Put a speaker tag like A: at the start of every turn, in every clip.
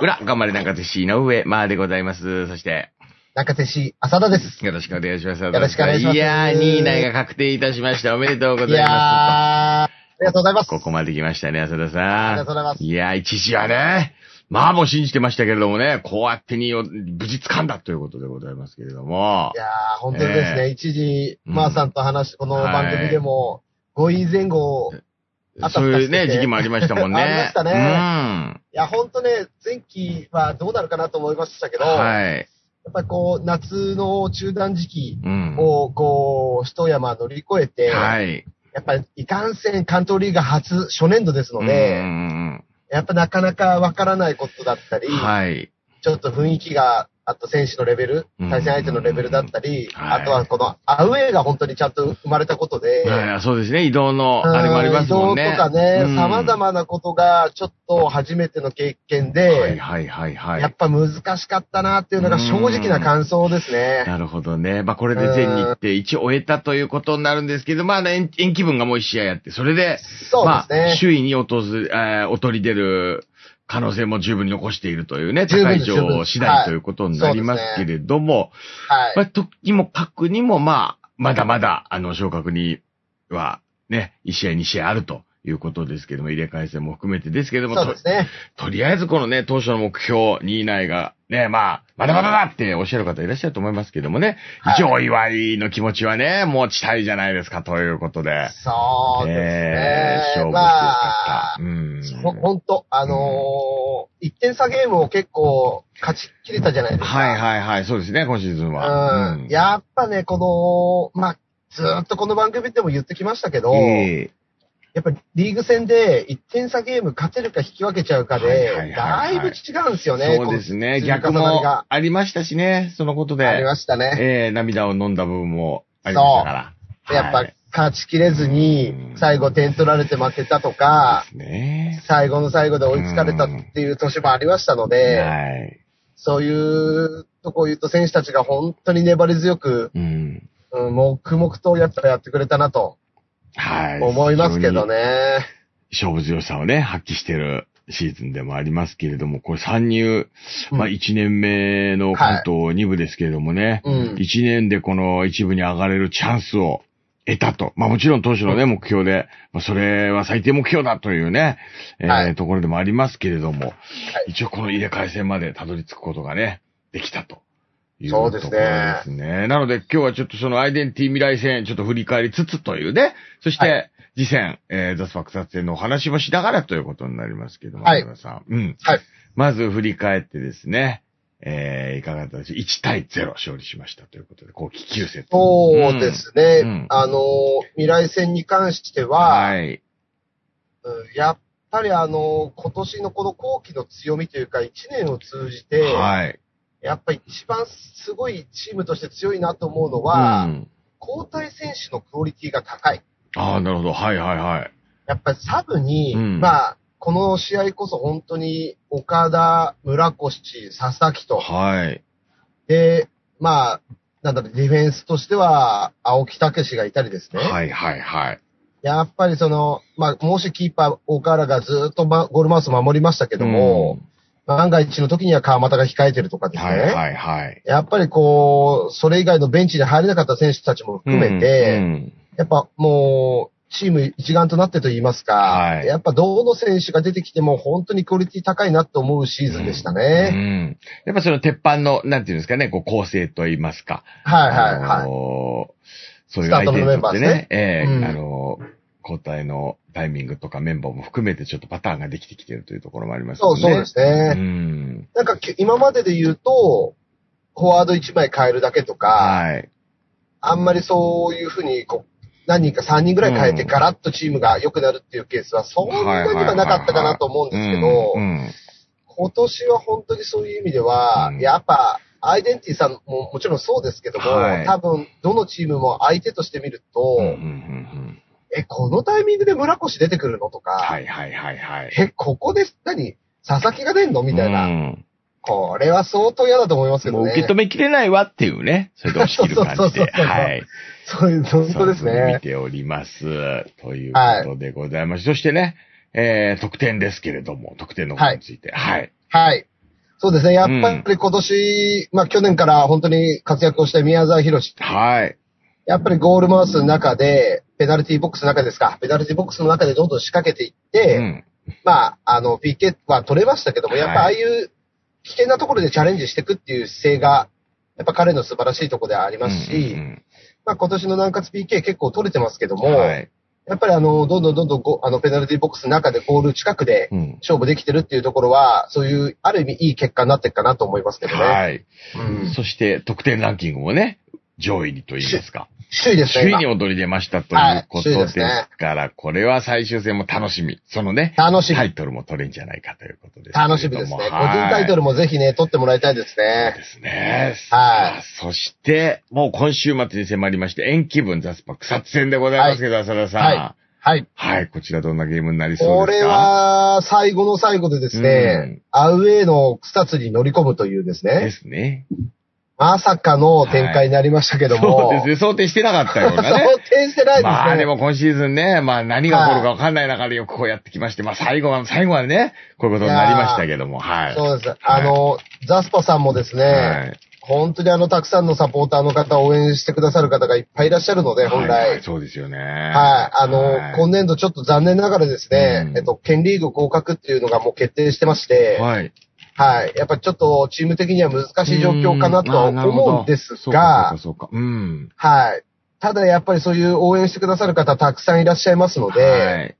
A: 裏、頑張れなんか弟子、井上、まあでございます。そして、
B: 中手市浅田です。
A: よろしくお願いします。よ
B: ろしくお願いします
A: いやー、ニーナが確定いたしました。おめでとうご
B: い
A: ざい
B: やー、
A: ま
B: ありがとうございます
A: す。。ここまで来ましたね、浅田さん。
B: ありがとうございます。
A: いやー、一時はね、まあもう信じてましたけれどもね、こうやってにを無事掴んだということでございますけれども
B: い。やー、本当にです
A: ね
B: ね、一時、
A: うん
B: まーさんと話し、この番組でも、5位前後、いあたふたしてて
A: そういうね、時期もありましたもんね。
B: ありましたね
A: うん。
B: や、本当ね、前期はどうなるかなと思いましたけど、
A: はい。
B: やっぱりこう、夏の中断時期
A: うん。
B: を、こう、一山乗り越えて、
A: はい。
B: やっぱり、いかんせん関東リーガ初、初年度ですので、
A: うん
B: やっぱなかなかわからないことだったり、
A: はい。
B: ちょっと雰囲気が、あと選手のレベル、
A: うん
B: 対戦相手のレベルだったり、
A: はい
B: あとはこのアウェーが本当にちゃんと生まれたことで、
A: いやそうですね、移動の、
B: うん
A: あれもありますもんね。
B: 移動とかね、
A: うん
B: 様々なことがちょっと初めての経験で、
A: はいはいはいはい。
B: やっぱ難しかったなっていうのが正直な感想ですね。
A: なるほどね。まあ、これで全日程一応終えたということになるんですけど、まあ、延延期分がもう一試合やって、それで、
B: そうですね。
A: まあ、周囲に落とす、えー、劣り出る可能性も十分に残しているというね、
B: 十分
A: 高
B: で
A: い
B: す
A: 情報次第ということになりますけれども、
B: はい。
A: まあ、とにもかくにも、まあ、まだまだ、あの、昇格には、ね、一試合二試合あるということですけども、入れ替え戦も含めてですけれども、
B: そうですね。
A: とりあえずこのね、当初の目標2位以内が、ね、まあ、まだまだだっておっしゃる方いらっしゃると思いますけどもね、
B: はい
A: 一応お祝いの気持ちはね、持ちたいじゃないですかということで。
B: そうです
A: えー勝
B: ね。
A: 負してよ
B: ま
A: か
B: あ
A: った。、うん。
B: ほほんと、あのー、1点差ゲームを結構勝ち切れたじゃないですか。
A: はいはいはい、そうですね、今シーズンは。
B: うんやっぱね、この、まあ、ずーっとこの番組でも言ってきましたけど、
A: ええ
B: やっぱりリーグ戦で1点差ゲーム勝てるか引き分けちゃうか
A: はいはい
B: で、
A: は
B: だ
A: い
B: い
A: はい
B: ぶ違うんですよね。
A: そうですね、
B: この積
A: 逆
B: み重なり
A: も
B: が
A: ありましたしね、そのことで、
B: ありましたね。
A: ええ涙を飲んだ部分もありましたから。
B: でやっ
A: は
B: ぱ
A: い
B: 勝ちきれずに
A: うん、
B: 最後点取られて負けたとか、
A: ね
B: 最後の最後で追いつかれたっていう年もありましたので、
A: はい。
B: そういうとこを言うと選手たちが本当に粘り強く、
A: うん。
B: うん、黙々とやったらやってくれたなと
A: はい。
B: 思いますけどね。
A: 勝負強さをね、発揮してるシーズンでもありますけれども、これ参入、
B: うん
A: まあ1年目の関東2部ですけれどもね、
B: うん。
A: 1年でこの1部に上がれるチャンスを得たと。まあもちろん当初のね、目標で、まあそれは最低目標だというね、えー
B: はい
A: ところでもありますけれども、一応この入れ替え戦までたどり着くことがね、できたと。いうところ
B: そうですね
A: ですね。なので今日はちょっとそのアイデンティティ未来戦、ちょっと振り返りつつというね、そして、
B: は
A: 次戦、えー、ザスパック撮影のお話もしながらということになりますけども、
B: はい
A: 山田さん。うん。
B: はい。
A: まず振り返ってですね、えー、いかがだったでしょう ?1 対0勝利しましたということで、こう、気球セット。
B: そうですね。
A: うん
B: あの、未来戦に関しては、
A: はい。
B: うんやっぱりあの、今年のこの後期の強みというか、1年を通じて、
A: はい。
B: やっぱり一番すごいチームとして強いなと思うのは、
A: うん、
B: 交代選手のクオリティが高い。
A: ああ、なるほど。はいはいはい。
B: やっぱりサブに、
A: うん
B: まあ、この試合こそ本当に岡田、村越、佐々木と、
A: はい。
B: で、まあ、なんだろう、ディフェンスとしては、青木武史がいたりですね。
A: はいはいはい。
B: やっぱりその、まあ、もしキーパー、岡原がずっと、ま、ゴールマウス守りましたけども、万が一の時には川又が控えてるとか
A: うん、
B: ですね。
A: はいはいはい。
B: やっぱりこう、それ以外のベンチに入れなかった選手たちも含めて、
A: うんうん
B: やっぱもう、チーム一丸となってと言いますか、
A: はい
B: やっぱどの選手が出てきても本当にクオリティ高いなと思うシーズンでした
A: う
B: ね。
A: ん。やっぱその鉄板の、なんていうんですかね、こう構成といいますか。
B: はいはい
A: あ
B: はい。
A: のーそうい
B: ス
A: う
B: タ
A: アイ
B: ート
A: デン
B: の
A: テ
B: メ
A: ィ
B: ンバ
A: テ
B: ー
A: ィ
B: で
A: ですね、
B: ね
A: ええ
B: うん
A: あのー交代のタイミングとかメンバーも含めてちょっとパターンができてきてるというところもあります
B: そ
A: よ
B: う
A: ね。
B: そうですね。
A: うん。
B: なんかき今までで言うと、フォワード1枚変えるだけとか、
A: はい。
B: あんまりそういうふうに、こう、何人か3人ぐらい変えて
A: うん
B: ガラッとチームが良くなるっていうケースはそんなにはなかったかなと思うんですけど
A: う、ん。
B: 今年は本当にそういう意味では、
A: うん
B: やっぱ、アイデンティティさんももちろんそうですけども、
A: はい
B: 多分、どのチームも相手として見ると、
A: うんうんうんうん
B: え、このタイミングで村越出てくるのとか、
A: はいはいはいはい。
B: え、ここで何佐々木が出んのみたいな、
A: うん
B: これは相当嫌だと思いますけ
A: も
B: ど
A: う
B: ね。
A: 受け止めきれないわっていうね。それで押し切る感
B: そう
A: じ
B: そうそう
A: で。
B: そう
A: はい。
B: そういう、本当です
A: そういうふうに見
B: ね。
A: ております。ということでございます。そしてね、えー、得点ですけれども、得点のことについて。はい。
B: はい。そうですね。やっぱり今年、まあ去年から本当に活躍をした宮沢博士。
A: はい。
B: やっぱりゴールマウスの中で、ペナルティーボックスの中ですか、ペナルティーボックスの中でどんどん仕掛けていって、
A: うん。
B: まあ、あの、PK は取れましたけども、やっぱあ
A: は
B: あいう危険なところでチャレンジしていくっていう姿勢が、やっぱ彼の素晴らしいところではありますし、
A: うん
B: まあ今年の南葛 PK 結構取れてますけども、
A: はい。
B: やっぱりあの、どんどんどんどんごあのペナルティーボックスの中でゴール近くで
A: うん。
B: 勝負できてるっていうところは、そういう、ある意味いい結果になってるかなと思いますけどね。
A: はい。
B: うん
A: そして、得点ランキングもね、上位にと言いますか。
B: 首位ですね。
A: 首位
B: 今
A: に踊り出ましたということ
B: はい首位
A: で
B: ですすね
A: から、これは最終戦も楽しみ。そのね、
B: 楽しみ
A: タ。イトルも取れんじゃないかということですけれども。
B: 楽しみですね。個人
A: はい
B: タイトルもぜひね、取ってもらいたいです
A: そう
B: ね。
A: ですね。。
B: はい
A: そして、もう今週末に迫りまして、延期分雑パ草津戦でございますけど、浅田さん。は。
B: はいはい。
A: こちらどんなゲームになりそ
B: こ
A: うで
B: れ
A: すか
B: は、最後の最後でですね、アウェイの草津に乗り込むというです
A: で
B: ね、
A: すね。
B: まさかの展開になりましたけど
A: そ
B: も、
A: うですね。想定してなかったようなね。
B: 想定してないですね。
A: まあでも今シーズンね、まあ何が起こるかわかんない中でよくこうやってきまして、まあ最後は、最後はね、こういうことになりましたけども、はい。
B: そうです。あの、ザスパさんもですね、
A: はい
B: 本当にあの、たくさんのサポーターの方、応援してくださる方がいっぱいいらっしゃるので、本来。
A: はい
B: は
A: はいい。そうですよね。はい。
B: あの、今年度ちょっと残念ながらですね、
A: うん
B: えっと、県リーグ合格っていうのがもう決定してまして、
A: はい。
B: はい。やっぱちょっとチーム的には難しい状況かなとは
A: うんあーるほど
B: 思うんです
A: そうか
B: が、
A: そうか、そうか。うん。
B: はい。ただやっぱりそういう応援してくださる方たくさんいらっしゃいますので、
A: はい。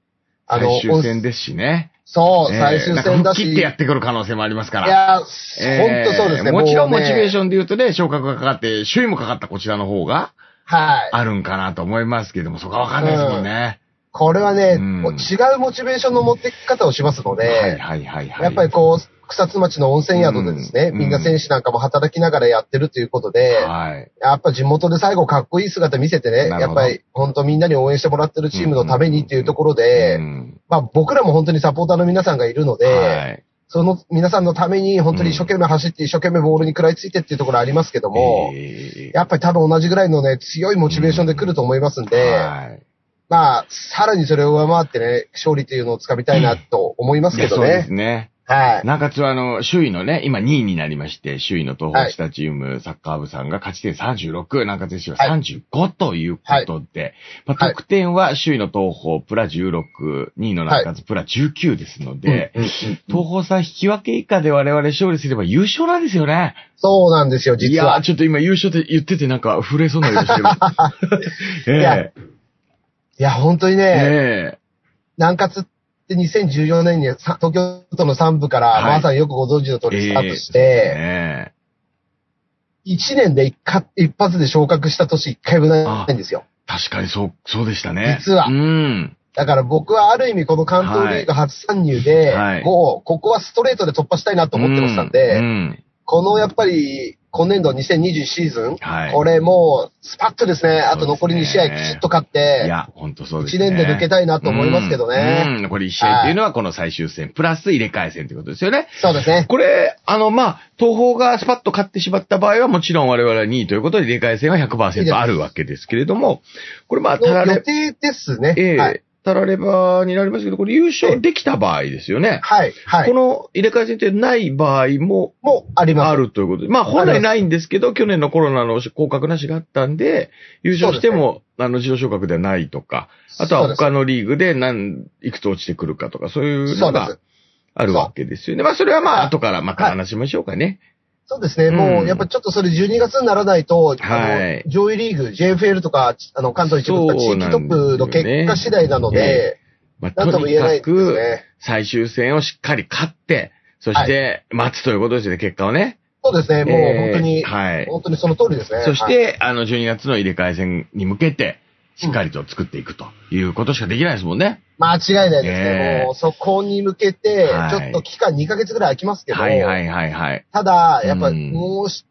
B: あの、
A: 最終
B: お
A: 戦
B: ん
A: ですしね。
B: そう、
A: えー
B: 最終
A: な
B: 戦
A: んか
B: だ
A: 吹っ切
B: し、
A: ってやってくる可能性もありますから。
B: いやー、
A: えー
B: 本当そうですね。
A: もちろんモチベーシ
B: ョン。
A: ョンで言うとね、昇格がかかって、周囲もかかったこちらの方が
B: はい。
A: あるんかなと思いますけども、そこはわかんないですもんね。
B: これはね、
A: うん
B: 違うモチベーションの持ってき方をしますので、
A: はいはいはいはい。
B: やっぱりこう、草津町の温泉宿でですね、
A: うん
B: みんな選手なんかも働きながらやってるということで、
A: はい。
B: やっぱ地元で最後かっこいい姿見せてね、
A: なる
B: や
A: ほど
B: っぱり本当みんなに応援してもらってるチームのためにっていうところで、
A: うん
B: まあ僕らも本当にサポーターの皆さんがいるので、
A: はい
B: その皆さんのために本当に一生懸命走って一生懸命ボールに食らいついてっていうところありますけども、
A: えー
B: やっぱり多分同じぐらいのね、強いモチベーションで来ると思いますんで、
A: はい
B: まあ、さらにそれを上回ってね、勝利というのを掴みたいなと思います
A: い
B: け
A: や
B: ど
A: そうで
B: ね
A: す。ね。
B: はい。
A: 中津はあの、周囲のね、今2位になりまして、周囲の東
B: は
A: 方
B: い
A: したチーム、サッカー部さんが勝ち点36、中津市は35ということで、まあ、
B: はい
A: 得点は周囲の東方プラ16、2位の中津プラ19ですので、
B: うんうんうん
A: 東方さん引き分け以下で我々勝利すれば優勝なんですよね。
B: そうなんですよ、
A: い
B: 実
A: や
B: は
A: ー、。ちょっと今優勝って言っててなんか震えそうな色 してる。え
B: いや
A: え
B: いや、本当にね、
A: ええ
B: 南葛って2014年にさ東京都の3部から、
A: はい
B: まさによくご存知の通りスタートし
A: え
B: て、
A: え
B: 1年で一か一発で昇格した年一回もないんですよ。
A: 確かにそう、そうでしたね。
B: 実は
A: うん。
B: だから僕はある意味この関東リーグ初参入で、
A: はい
B: もうここはストレートで突破したいなと思ってましたんで、
A: うんうん
B: このやっぱり今年度2020シーズン、
A: はい。
B: これもう、スパッとですね、あと残り2試
A: そう
B: 合
A: です
B: き
A: ね
B: ちっと勝っ
A: い
B: て、
A: や、本当そうです
B: 1
A: ね。
B: 年で抜け
A: い
B: たいなと思いますけどね。
A: うん。これ1試合っていうのはこの最終戦、プラス入れ替え戦ということですよね。
B: そうですね。
A: これ、あの、まあ、東方がスパッと勝ってしまった場合は、もちろん我々は2位ということで、入れ替え戦は100%あるわけですけれども、これまあ、たら
B: の予
A: れ、
B: 定ですね。
A: ええ
B: はい。
A: たらればになりますけど、これ優勝できた場合ですよね。
B: はい。は
A: こ
B: い。
A: の入れ替え戦ってない場合も
B: もうあります。
A: あるということで、まあ本来ないんですけど、去年のコロナの降格なしがあったんで、優勝しても、あの、自動昇格ではないとか、あと
B: そう
A: は
B: です
A: 他のリーグで何、いくつ落ちてくるかとか、そういうの
B: そう
A: があるわけですよね。まあそれはまあ後からまた話しましょうかね。
B: そうですね。
A: うん
B: もう、やっぱちょっとそれ12月にならないと、あの
A: はい
B: 上位リーグ、JFL とか、あの、関東一部とか地
A: そうな
B: 域
A: ん
B: トップの結果次第なの
A: ですよね
B: で、
A: まあ
B: なんとも
A: とに
B: 言えな
A: か
B: いです
A: く、
B: ね。
A: 最終戦をしっかり勝って、そして待つということですよね、結果をね。
B: そうですね。もう本当
A: え
B: に
A: ー、はい。
B: 本当にその通りですね。
A: そし
B: はい、
A: て、あの、12月の入れ替え戦に向けて、しっかりと作っていくということしかできないですもんね。
B: 間違いないで
A: え
B: すね。
A: え
B: もう、そこに向けて、
A: はい
B: ちょっと期間2ヶ月ぐらい空きますけど、
A: はいはいはいはい。
B: ただ、やっぱ、
A: うん
B: もう一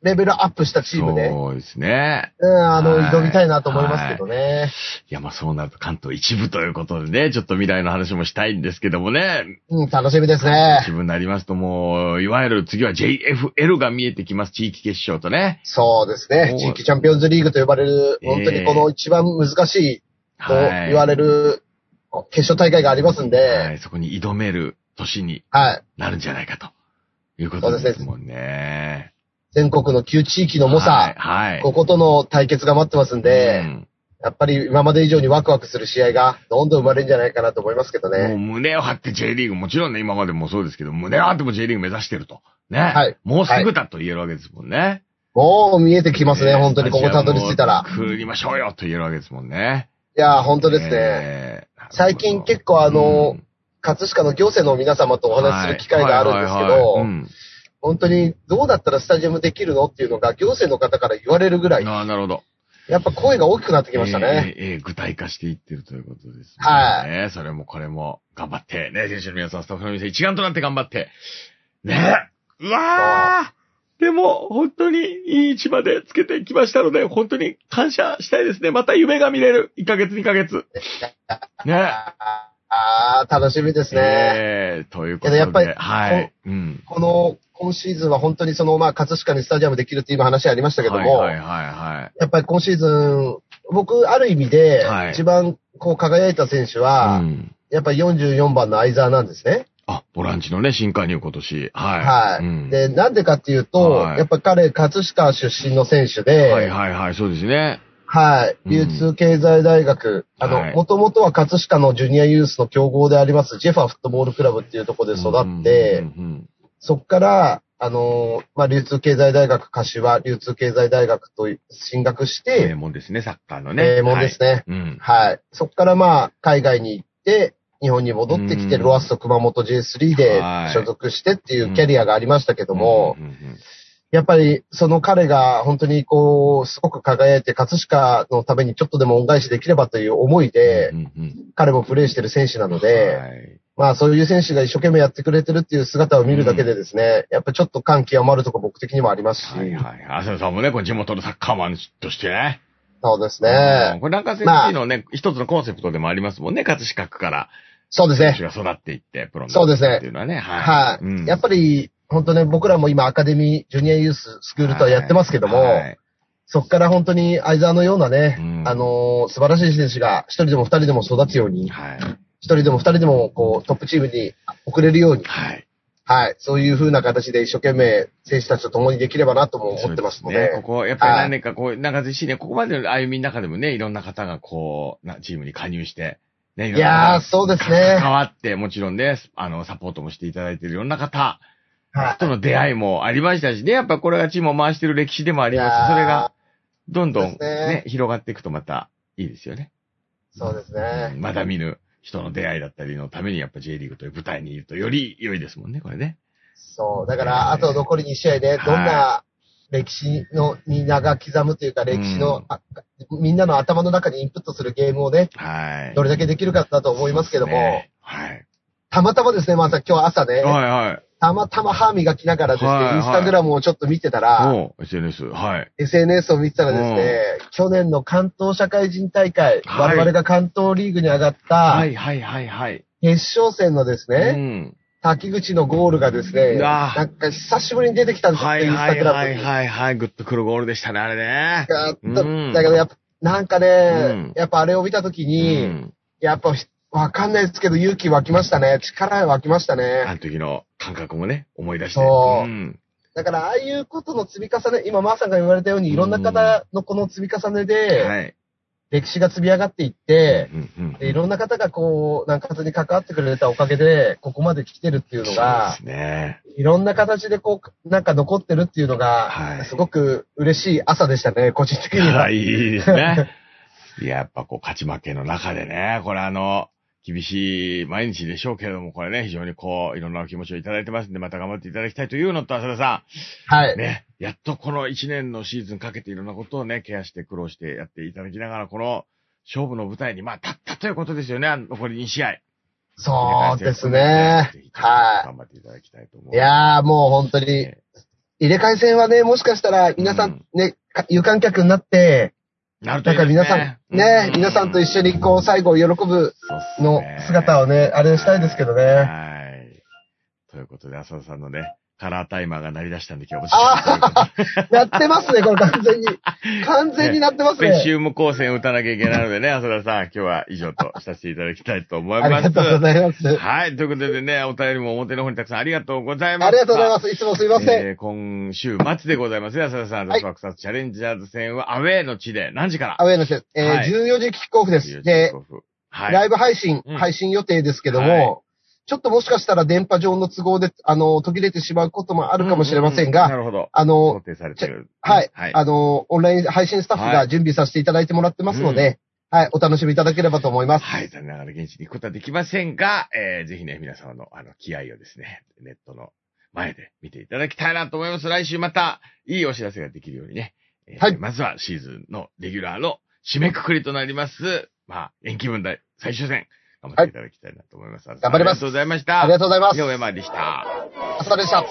B: レベルアップしたチームで、
A: そうですね。
B: うん、あの、
A: はい
B: 挑みたいなと思いますけどね。
A: いや、まあそうなると関東一部ということでね、ちょっと未来の話もしたいんですけどもね、
B: うん、楽しみです ね。
A: 一部になりますともう、いわゆる次は JFL が見えてきます、地域決勝とね。
B: そうです
A: そ
B: ね
A: う。
B: 地域チャンピオンズリーグと呼ばれる、
A: ええ
B: 本当にこの一番難しいと
A: はい。
B: 言われる決勝大会がありますんで、
A: はい、そこに挑める年に
B: はい。
A: なるんじゃないかということですもんね。
B: 全国の旧地域の猛者、
A: はい。はい
B: こことの対決が待ってますんで、
A: うん
B: やっぱり今まで以上にワクワクする試合がどんどん生まれるんじゃないかなと思いますけど
A: もう
B: ね。
A: 胸を張って J リーグ、もちろんね、今までもそうですけど、胸を張っても J リーグ目指してると。ね。
B: はい
A: もうすぐだと言えるわけですもんね。
B: もう見えてきますね、
A: えー
B: 本当にここたどり着いたら
A: スタ。ジアムを作りましょうよと言えるわけですもんね。
B: いやー、本当ですね。
A: ね。
B: 最近結構あの葛飾の行政の皆様と
A: お
B: お話しする機会があるんですけど、本当にどうだったらスタジアムできるのっていうのが行政の方から言われるぐらい、
A: ああ、なるほど。
B: やっぱ声が大きくなってきましたね。
A: えーえー具体化していってるということです、ね。
B: はい
A: ねそれもこれも頑張って、ね、選手の皆さん、スタッフの皆さん一丸となって頑張って。ねうわーでも、本当にいい位置までつけてきましたので、本当に感謝したいですね。また夢が見れる。1ヶ月、2ヶ 月。ね
B: ああー、楽しみですね。
A: えーということで。
B: けどやっぱり
A: はい。うん。
B: この、今シーズンは本当にその、まあ、葛飾にスタジアムできるって今話ありましたけども、
A: はいはいは
B: やっぱり今シーズン、僕、ある意味で
A: はい、
B: 一番こう輝いた選手
A: いはい。
B: は、
A: うん
B: やっぱり44番の相沢なんですね。
A: あ、ボランチのね、新加入今年。はい。
B: はい。
A: うん
B: で、なんでかっていうと、
A: はい
B: やっぱ彼、葛飾出身の選手で、
A: は
B: はいい、
A: はいはい、そうですね。うん
B: 流通経済大学、あ
A: はい
B: の、もともとは葛飾のジュニアユースの競合であります、ジェファフットボールクラブっていうところで育って、
A: うんうんうんうん
B: そっから、あのーまあ、流通経済大学柏、流通経済大学と進学し
A: 名
B: て、
A: 門ですね、サッカーのね。
B: 名門ですね。
A: はい。うん。
B: はい。そこからまあ、海外に行って、日本に戻ってきて、
A: うん
B: ロアッソ熊本 J3 で
A: はい
B: 所属してっていうキャリアがありましたけども、
A: うんうんうん
B: やっぱりその彼が本当にこう、すごく輝いて、葛飾のためにちょっとでも恩返しできればという思いで
A: う、んうん
B: 彼もプレーしてる選手なの
A: うん
B: で、
A: はい
B: まあそういう選手が一生懸命やってくれてるっていう姿を見るだけでですね、やっぱちょっと感極まるとこ僕的にもありますし、
A: はいはい。浅野さんもね、こう地元のサッカーマンとしてね。
B: そうです
A: うん
B: ね。
A: これ、ランカー選手のね、一つのコンセプトでもありますもんね、葛飾区から
B: そうですね
A: 選手。が育っていって、プロに
B: そうです
A: な
B: ね
A: ってっていうのはね、
B: はい。
A: うん
B: やっぱり、本当ね、僕らも今アカデミー、ジュニアユース、スクールとはやってますけども、
A: はい
B: そこから本当に相沢のようなね、
A: うん
B: あのー素晴らしい選手が一人でも二人でも育つように、
A: はい。
B: 一人でも二人でもこうトップチームに送れるように、
A: はい。
B: はい、そういう風な形で一生懸命選手たちと共にできればなとも思ってます
A: そ
B: の
A: う
B: で、
A: すねここ、やっぱり何年かこう、なんか自身ね、ここまでの歩みの中でもね、いろんな方がこう、なチームに加入して、ね、
B: いやー、そうですね。
A: 関わって、もちろんね、あの、サポートもしていただいているいろんな方
B: はい
A: との出会いもありましたしね、やっぱこれがチームを回してる歴史でもありま
B: いや
A: す。
B: ー
A: それが、どんどんね
B: そうですね
A: 広がっていくとまたいいですよね。
B: そうです
A: う
B: ね。
A: んまだ見ぬ人の出会いだったりのために、やっぱ J リーグという舞台にいるとより良いですもんね、これね。
B: そう、だから、あと残り2試合で、どんな歴史の、に名が刻むというか、歴史
A: うん
B: の、あみんなの頭の中にインプットするゲームをね、
A: はい。
B: どれだけできるかだと思いますけども、
A: ねはい。
B: たまたまですね、まあさ、今日朝ね、
A: はいはい。
B: たまたま歯磨きながらですね、
A: はいはい
B: インスタグラムをちょっと見てたら、
A: おう SNS。はい。
B: SNS を見てたらですね、去年の関東社会人大会、
A: はい
B: 我々が関東リーグに上がっ
A: は
B: た
A: いはいはいはい。
B: 決勝戦のですね、
A: うん。
B: 滝口のゴールがですね、
A: うわ
B: なんか久しぶりに出てきたんですよ、
A: はい
B: インス
A: は
B: タ
A: い
B: グラ
A: は
B: ム
A: い
B: に。
A: はいはい。グッとくるゴールでしたね、あれね。
B: だ
A: うん
B: だけどやっぱ、なんかね、
A: うん
B: やっぱあれを見たときに、
A: うん
B: やっぱわかんないですけど勇気湧きましたね。力湧きましたね。
A: あの時の感覚もね、思い出して。。
B: そうんだから、ああいうことの積み重ね、今、まーさんが言われたように、いろんな方のこの積み重ねで、
A: はい。
B: 歴史が積み上がっていって、
A: うんうん
B: でいろんな方がこう、なんかに関わってくれたおかげで、ここまで来てるっていうのが
A: そ、うですね。
B: いろんな形でこう、なんか残ってるっていうの
A: はい
B: が、すごく嬉しい朝でしたね、個人的に
A: は
B: は。
A: い、いいですね。いや、やっぱこう、勝ち負けの中でね、これあの、厳しい毎日でしょうけれども、これね、非常にこう、いろんなお気持ちをいただいてますんで、また頑張っていただきたいというのと、浅田さ
B: はい
A: ん、。ね、やっとこの1年のシーズンかけていろんなことをね、ケアして苦労してやっていただきながら、この勝負の舞台に、まあ、立ったということですよね、あの残り2試合。
B: そうですね
A: ぜひ。
B: は
A: 頑張っていただきたいと思う。
B: い。いやー、もう本当に、
A: え
B: 入れ替え戦はね、もしかしたら、皆さんね、か有観客になって、
A: ーなると
B: ないん
A: いで
B: か
A: すね。
B: 皆さん、ね、皆さんと一緒にこう、最後喜ぶ
A: 緒
B: の姿をね、あれしたいですけどね。
A: はい。ということで、浅田さんのね、カラータイマーが鳴り出したんで今日
B: あやってますね、これ完全に。完全になってます
A: 先
B: ね。
A: 週も後線打たなきゃいけないのでね、浅田さん、今日は以上とさせていただきたいと思い
B: あり
A: ます。
B: がとうございま す。
A: はい、ということでね、お便りも表の方にたくさんありがとうございます。
B: ありがとうござい
A: す。
B: ます。いつもすいません。
A: えー今週末でございますね、浅田さん。
B: は
A: ラ
B: い
A: スバクサスチャレンジャーズ戦はアウェーの地で何時から
B: アウェイのせ、えー
A: はい
B: 14時キックオフです。で、
A: はい。
B: ライブ配信、
A: うん
B: 配信予定ですけども、
A: はい
B: ちょっともしかしたら電波上の都合で、あの、途切れてしまうこともあ
A: あ
B: るかもしれませんが、
A: なるほど。
B: あの
A: 想、定されてる。
B: はい、
A: はい。
B: あの、オンライン配信スタッフ
A: は
B: が準備させていただいてもらってますので、はい、お楽しみいただければと思います。
A: はい。残念ながら現地に行くことはできませんが、えー、ぜひね、皆様の、あの、気合をですね、ネットの前で見ていただきたいなと思います。来週また、いいお知らせができるようにね。えー
B: はい
A: まずはシーズンのレギュラーの締めくくりとなります。まあ、延期分題最終戦、頑張っていただきたいなと思います。
B: 頑張り
A: ありが
B: ます
A: とうございました。
B: ありがとうございま
A: 井。
B: す
A: 上真理でした。
B: 浅田でした。